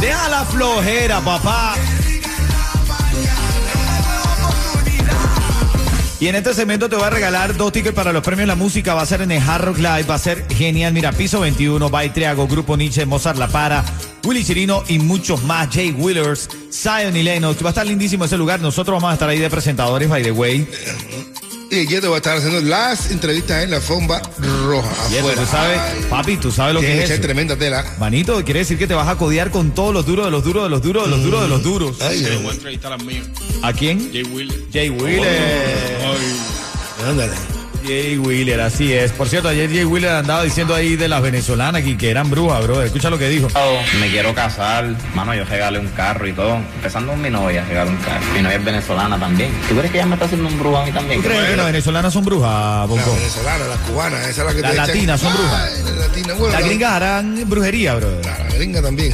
Deja la flojera, papá. Y en este segmento te voy a regalar dos tickets para los premios de la música. Va a ser en el Hard Rock Live. Va a ser genial. Mira, piso 21, Baitriago, Grupo Nietzsche, Mozart La Para, Willy Chirino y muchos más. Jay Wheelers, Zion y Lennox. Va a estar lindísimo ese lugar. Nosotros vamos a estar ahí de presentadores, by the way. Y yo te voy a estar haciendo las entrevistas en la alfombra roja. Y eso, afuera. tú sabes, papi, tú sabes lo Tiene que que es. ser eso. tremenda tela. Manito, quiere decir que te vas a codear con todos los duros de los duros de los duros de los duros de los duros. Ay, Voy a entrevistar al mío, ¿Eh? ¿A quién? Jay Will. Jay Wheeler. ándale. Jay Wheeler, así es. Por cierto, ayer Jay Wheeler andaba diciendo ahí de las venezolanas que, que eran brujas, bro. Escucha lo que dijo. Me quiero casar, mano, yo regalé un carro y todo. Empezando con mi novia, regalé un carro. Mi novia es venezolana también. ¿Tú crees que ella me está haciendo un brujo a mí también? ¿Tú crees que las venezolanas son brujas, La Bonco? venezolana, la cubana, esa es la que Las te echan. latinas son brujas. Ay, La latina, bueno. Las la- Ah, gringas harán brujería, bro. La gringa también.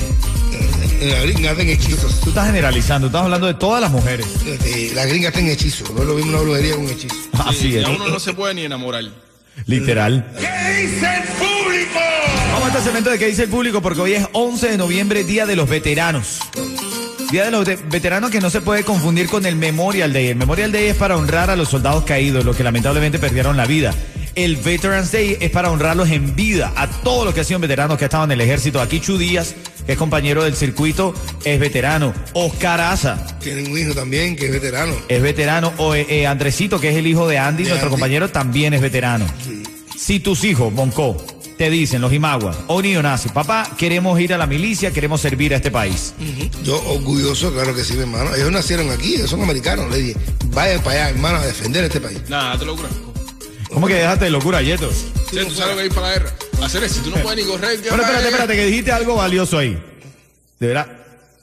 Eh, La gringa hacen hechizos. Tú estás generalizando, estás hablando de todas las mujeres. Eh, La gringa está en hechizos. No es lo mismo una brujería que un hechizo. Así es, Ya uno no se puede ni enamorar. literal. ¿Qué dice el público? Vamos a este segmento de qué dice el público porque hoy es 11 de noviembre, Día de los Veteranos. Día de los de- veteranos que no se puede confundir con el Memorial Day. El Memorial Day es para honrar a los soldados caídos, los que lamentablemente perdieron la vida. El Veterans Day es para honrarlos en vida a todos los que han sido veteranos que estaban en el ejército. Aquí Chu Díaz, que es compañero del circuito, es veterano. Oscar Aza, Tienen un hijo también que es veterano. es veterano. O eh, eh, Andresito, que es el hijo de Andy, De nuestro Andy. compañero, también es veterano. Si tus hijos, Bonco, te dicen, los Imaguas, o neonazis, papá, queremos ir a la milicia, queremos servir a este país. Yo orgulloso, claro que sí, mi hermano. Ellos nacieron aquí, ellos son americanos. Le dije, vayan para allá, hermano, a defender este país. Nada, te lo juro. ¿Cómo que dejaste de locura, Yeto? O sea, tú sabes lo que hay para la guerra. Hacer eso, tú no puedes ni correr. ¿qué Bueno, vas a espérate, llegar? espérate, que dijiste algo valioso ahí. De verdad,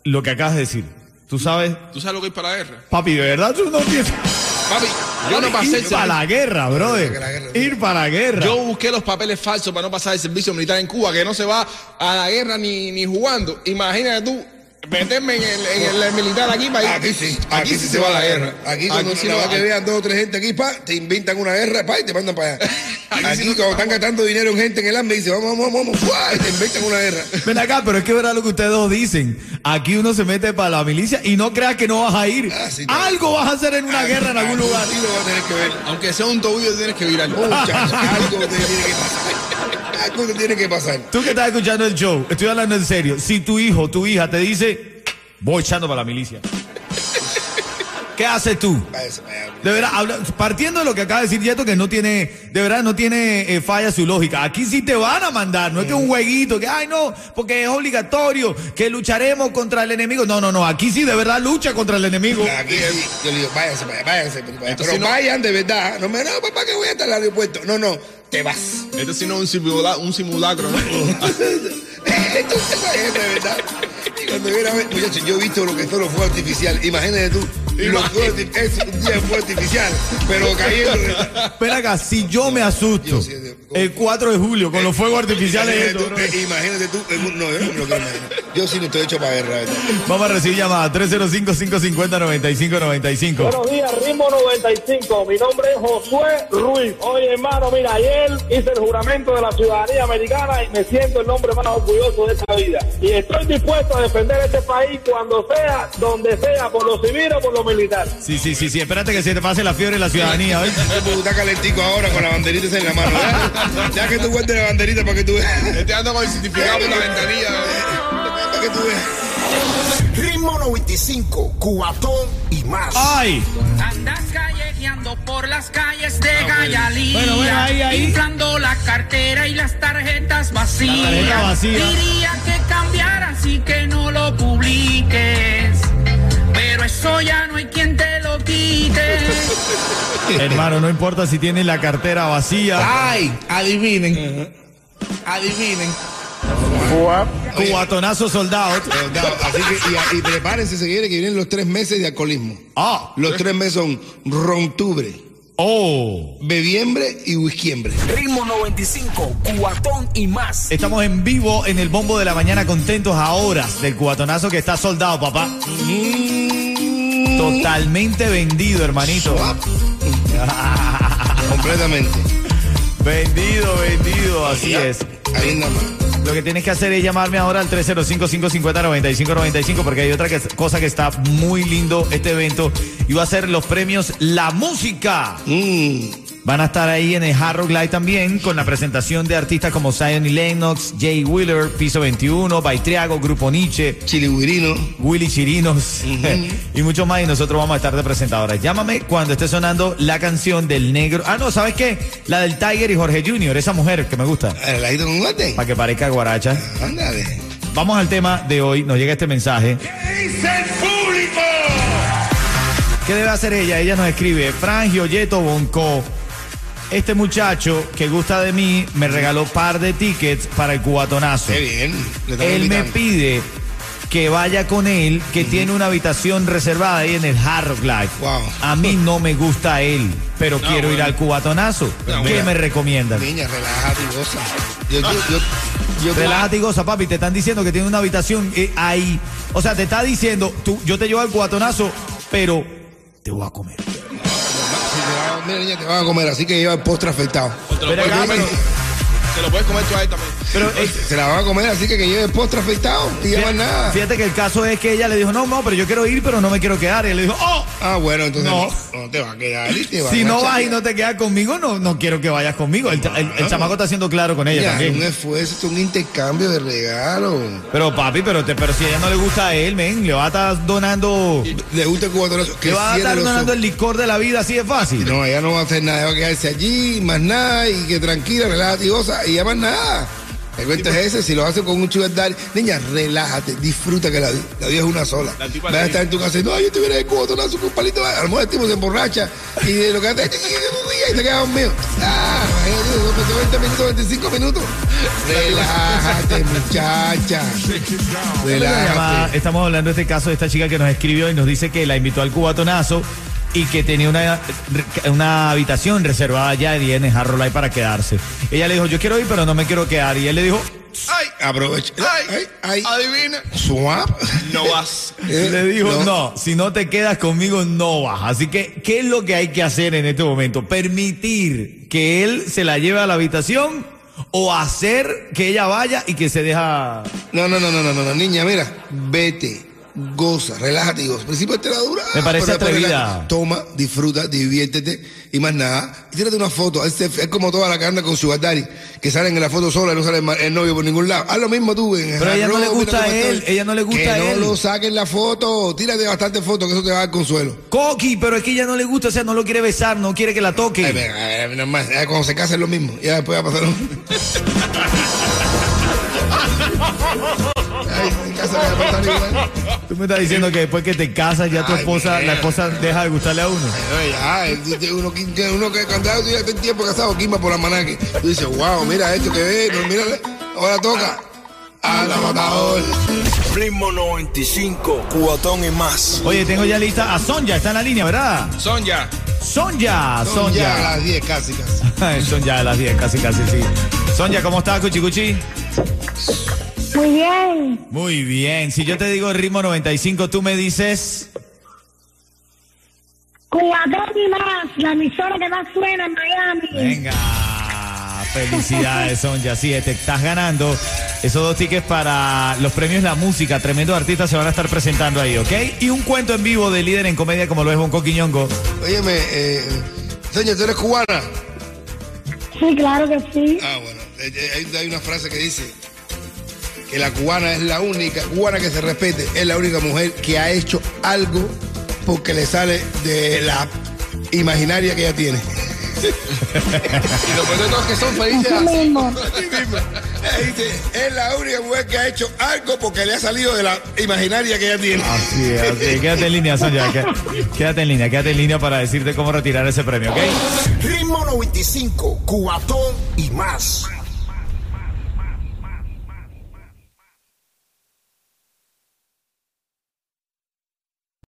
lo que acabas de decir. Tú sabes, Tú sabes lo que hay para la guerra. papi, de verdad tú no tienes... Papi, yo no pasé el ir para servicio. la guerra, brother. Ir para la guerra. Yo busqué los papeles falsos para no pasar el servicio militar en Cuba, que no se va a la guerra ni, ni jugando. Imagínate tú meterme en el, en el militar aquí para ir. Aquí sí, aquí, sí, se va la guerra. Aquí, cuando sí la no- va que vean dos o tres gente aquí, pa, te inventan una guerra, pa, y te mandan para allá. aquí Aquí sí no- cuando están gastando dinero en gente en el arma, dice, vamos, vamos, vamos, ¡fua! y te inventan una guerra. Ven acá, pero es que verá lo que ustedes dos dicen. Aquí uno se mete para la milicia y no creas que no vas a ir. Ah, sí, claro. Algo vas a hacer en una guerra en algún lugar. Sí lo va a tener que ver. Aunque sea un tobillo, tienes que virarlo. Muchacho, algo te tiene que pasar. Algo te tiene que pasar. Tú que estás escuchando el show, estoy hablando en serio. Si tu hijo, tu hija te dice, voy echando para la milicia. ¿Qué haces tú? Pa' eso, pa' allá. De verdad, habla- partiendo de lo que acaba de decir Yeto, que no tiene, de verdad, no tiene eh, falla su lógica. Aquí sí te van a mandar, no es que un jueguito, que, ay, no, porque es obligatorio, que lucharemos contra el enemigo. No, no, no, aquí sí de verdad lucha contra el enemigo. Aquí sí, yo le digo, váyanse para allá, váyanse para allá. Entonces Pero no- vayan de verdad. No me no, papá, que voy hasta el aeropuerto. No, no, te vas. Esto Este sí no es un simulacro, un simulacro ¿no? Entonces, esa gente, de verdad. Y cuando viene a ver, muchachos, yo he visto lo que son los fuegos artificiales. Imagínate tú. Y los fuegos arti- es un día de fuego artificial, pero cayendo. de verdad. Ven acá, si yo me asusto Yo sí, de- el 4 de julio con los fuegos artificiales, Imagínate esto, tú, bro. eh, imagínate tú, en un- no, yo no me lo quiero imaginar. Yo sí no estoy hecho para guerra, ¿verdad? vamos a recibir llamada 305-550-9595. Buenos días, Ritmo 95. Mi nombre es Josué Ruiz. Oye, hermano, mira, ayer hice el juramento de la ciudadanía americana y me siento el hombre más orgulloso de esta vida. Y estoy dispuesto a defender este país cuando sea, donde sea, por lo civil o por lo militar. Sí, sí, sí, sí. Espérate que se te pase la fiebre de la ciudadanía, ¿oíste? Porque está calentico ahora con la banderita esa en la mano. Ya, Ya que tú guardes la banderita para que tú veas. Este anda con el certificado en la ventanilla. Para que tú veas. Ritmo 95, cuatón y más. ¡Ay! Ah, Andas callejeando por las calles de Gallalía, Bueno, bueno, ahí, ahí. inflando la cartera y las tarjetas vacías. La tarjeta vacía. Diría que cambiaras y que no lo publiques, pero eso ya no hay quien te lo quite. Hermano, no importa si tienes la cartera vacía. Ay, adivinen. Adivinen. Cubatonazo soldado. Soldado, Así que, y, y prepárense, se viene que vienen los tres meses de alcoholismo. Ah. Los tres meses son rontubre, Oh. bebiembre y whiskyembre. Ritmo 95, cuatón y más. Estamos en vivo en el bombo de la mañana, contentos ahora del cubatonazo que está soldado, papá. Totalmente vendido, hermanito. Completamente. Vendido, vendido, así es. Ahí nada más. Lo que tienes que hacer es llamarme ahora al 305-550-9595 porque hay otra que- cosa que está muy lindo este evento y va a ser los premios La Música. Mm, Van a estar ahí en el Hard Rock Live también con la presentación de artistas como Zion y Lennox, Jay Wheeler, Piso 21, Baitriago, Grupo Nietzsche, chiliburino. Willy Chirinos y mucho más. Y nosotros vamos a estar de presentadores. Llámame cuando esté sonando la canción del negro. Ah, no, ¿sabes qué? La del Tiger y Jorge Junior, esa mujer que me gusta. El ladito con guate. Para que parezca guaracha. Ándale. Vamos al tema de hoy. Nos llega este mensaje. ¡Dice el público! ¿Qué debe hacer ella? Ella nos escribe, Fran Giolletto Bonco. Este muchacho que gusta de mí me regaló par de tickets para el cubatonazo. Qué bien. Le estamos Él me invitando. pide que vaya con él, que tiene una habitación reservada ahí en el Hard Rock Live. Wow. A mí no me gusta él, pero No, quiero ir bueno. al cubatonazo. No, ¿Qué mira. me recomiendan? Niña, relájate y goza. Yo, yo, yo, yo- Relájate y goza, papi. Te están diciendo que tiene una habitación eh, ahí. O sea, te está diciendo, tú, yo te llevo al cubatonazo, pero te voy a comer. Si te va- Mira, niña, te vas a comer, así que lleva el postre afectado. Te lo, Ven puedes acá, comer, pero- te lo puedes comer tú ahí también. Pero, eh, Se la van a comer, así que que lleve el postre afectado. Y lleva Fíjate- nada. Fíjate que el caso es que ella le dijo, no, no, pero yo quiero ir, pero no me quiero quedar. Y él le dijo, oh, Ah, bueno, entonces No. no, no te va a quedar. y te va si a no enganchar. vas y no te quedas conmigo, no, no quiero que vayas conmigo. El, cha- el- el chamaco está siendo claro con ella Niña, es un también. esfuerzo, es un intercambio de regalos. Pero papi, pero, te, pero si a ella no le gusta a él, men, le va a estar donando, Le gusta el cubatonazo. Que le va a cierre estar los donando ojos. el licor de la vida así de fácil. No, ella no va a hacer nada, ella va a quedarse allí, más nada, y que tranquila, relájate y goza, y ya más nada. El cuento es ese, si lo hace con un sugar daddy, niña, relájate, disfruta que la, vi- la vida es una sola. La tipa Vas a te estar en tu casa y no, yo estuviera de cotonazo con un palito, de- a lo mejor el tipo se emborracha y de lo que hace, y te quedas dormido. Ah, imagínate, eso pasó 20 minutos, 25 minutos. Relájate, muchacha. Esta llamada, Relájate. Estamos hablando de este caso de esta chica que nos escribió y nos dice que la invitó al cubatonazo y que tenía una, una habitación reservada ya de en Harrow Live para quedarse. Ella le dijo, yo quiero ir, pero no me quiero quedar. Y él le dijo, Ay, Aprovecha. ay, ay, ay. adivina. Swap. No vas. Eh, Le dijo, no. si no te quedas conmigo, no vas. Así que, ¿qué es lo que hay que hacer en este momento? ¿Permitir que él se la lleve a la habitación o hacer que ella vaya y que se deja... No, no, no, no, no, no, no, niña, mira, vete, goza, relájate y goza. Al principio te la dura. Me parece pero después atrevida. relájate. Toma, disfruta, diviértete y más nada. Y tírate una foto. Es, es como toda la que anda con Sugar Daddy, que salen en la foto sola y no sale el, ma- el novio por ningún lado. Haz lo mismo tú. En el Pero a ella no arroz, le mira gusta cómo a estoy. él, ella no le gusta que a él. no lo saquen la foto. Tírate bastante fotos, que eso te va a dar consuelo. Coqui, pero es que ella no le gusta, o sea, no lo quiere besar, no quiere que la Ay, toque. venga, a ver, nada más. Ya Cuando se casen lo mismo. Ya después va a pasar lo mismo. Ay, se casan, le va a pasar igual. Tú me estás diciendo que después que te casas ya tu Ay, esposa, la mierda. esposa deja de gustarle a uno. Ay, ay, dice uno, que- que- uno que cuando ya tiene tiempo casado, quima por la manaque. Tú dices, wow, mira esto que ve, no, mira, ahora toca. A la matador. Ritmo 95, cuatón y más. Oye, tengo ya lista a Sonja, está en la línea, ¿verdad? Sonja. Sonja, Son ya a Sonja. las 10 casi, casi. Sonja a las 10, casi, casi, sí. Sonja, ¿cómo estás, Cuchi Cuchi? Muy bien, Muy bien, si yo te digo ritmo 95, tú me dices Cubatón y más, la emisora que más suena en Miami. Venga. Felicidades, Sonja. Sí, te estás ganando esos dos tickets para los premios La Música. Tremendos artistas se van a estar presentando ahí, ¿ok? Y un cuento en vivo de líder en comedia como lo es Bonco Quiñongo. Óyeme, eh, Sonia, ¿tú eres cubana? Sí, claro que sí. Ah, bueno. Eh, eh, Hay, hay una frase que dice que la cubana es la única, cubana que se respete, es la única mujer que ha hecho algo porque le sale de la imaginaria que ella tiene. Y lo peor de todo es que son felices Así así. mismo. Así mismo. Ella dice, es la única mujer que ha hecho algo porque le ha salido de la imaginaria que ella tiene. Así es, así es. Quédate en línea, Sonja. Qué- Quédate en línea, quédate en línea para decirte cómo retirar ese premio, ¿ok? Ritmo 95, Cubatón y más.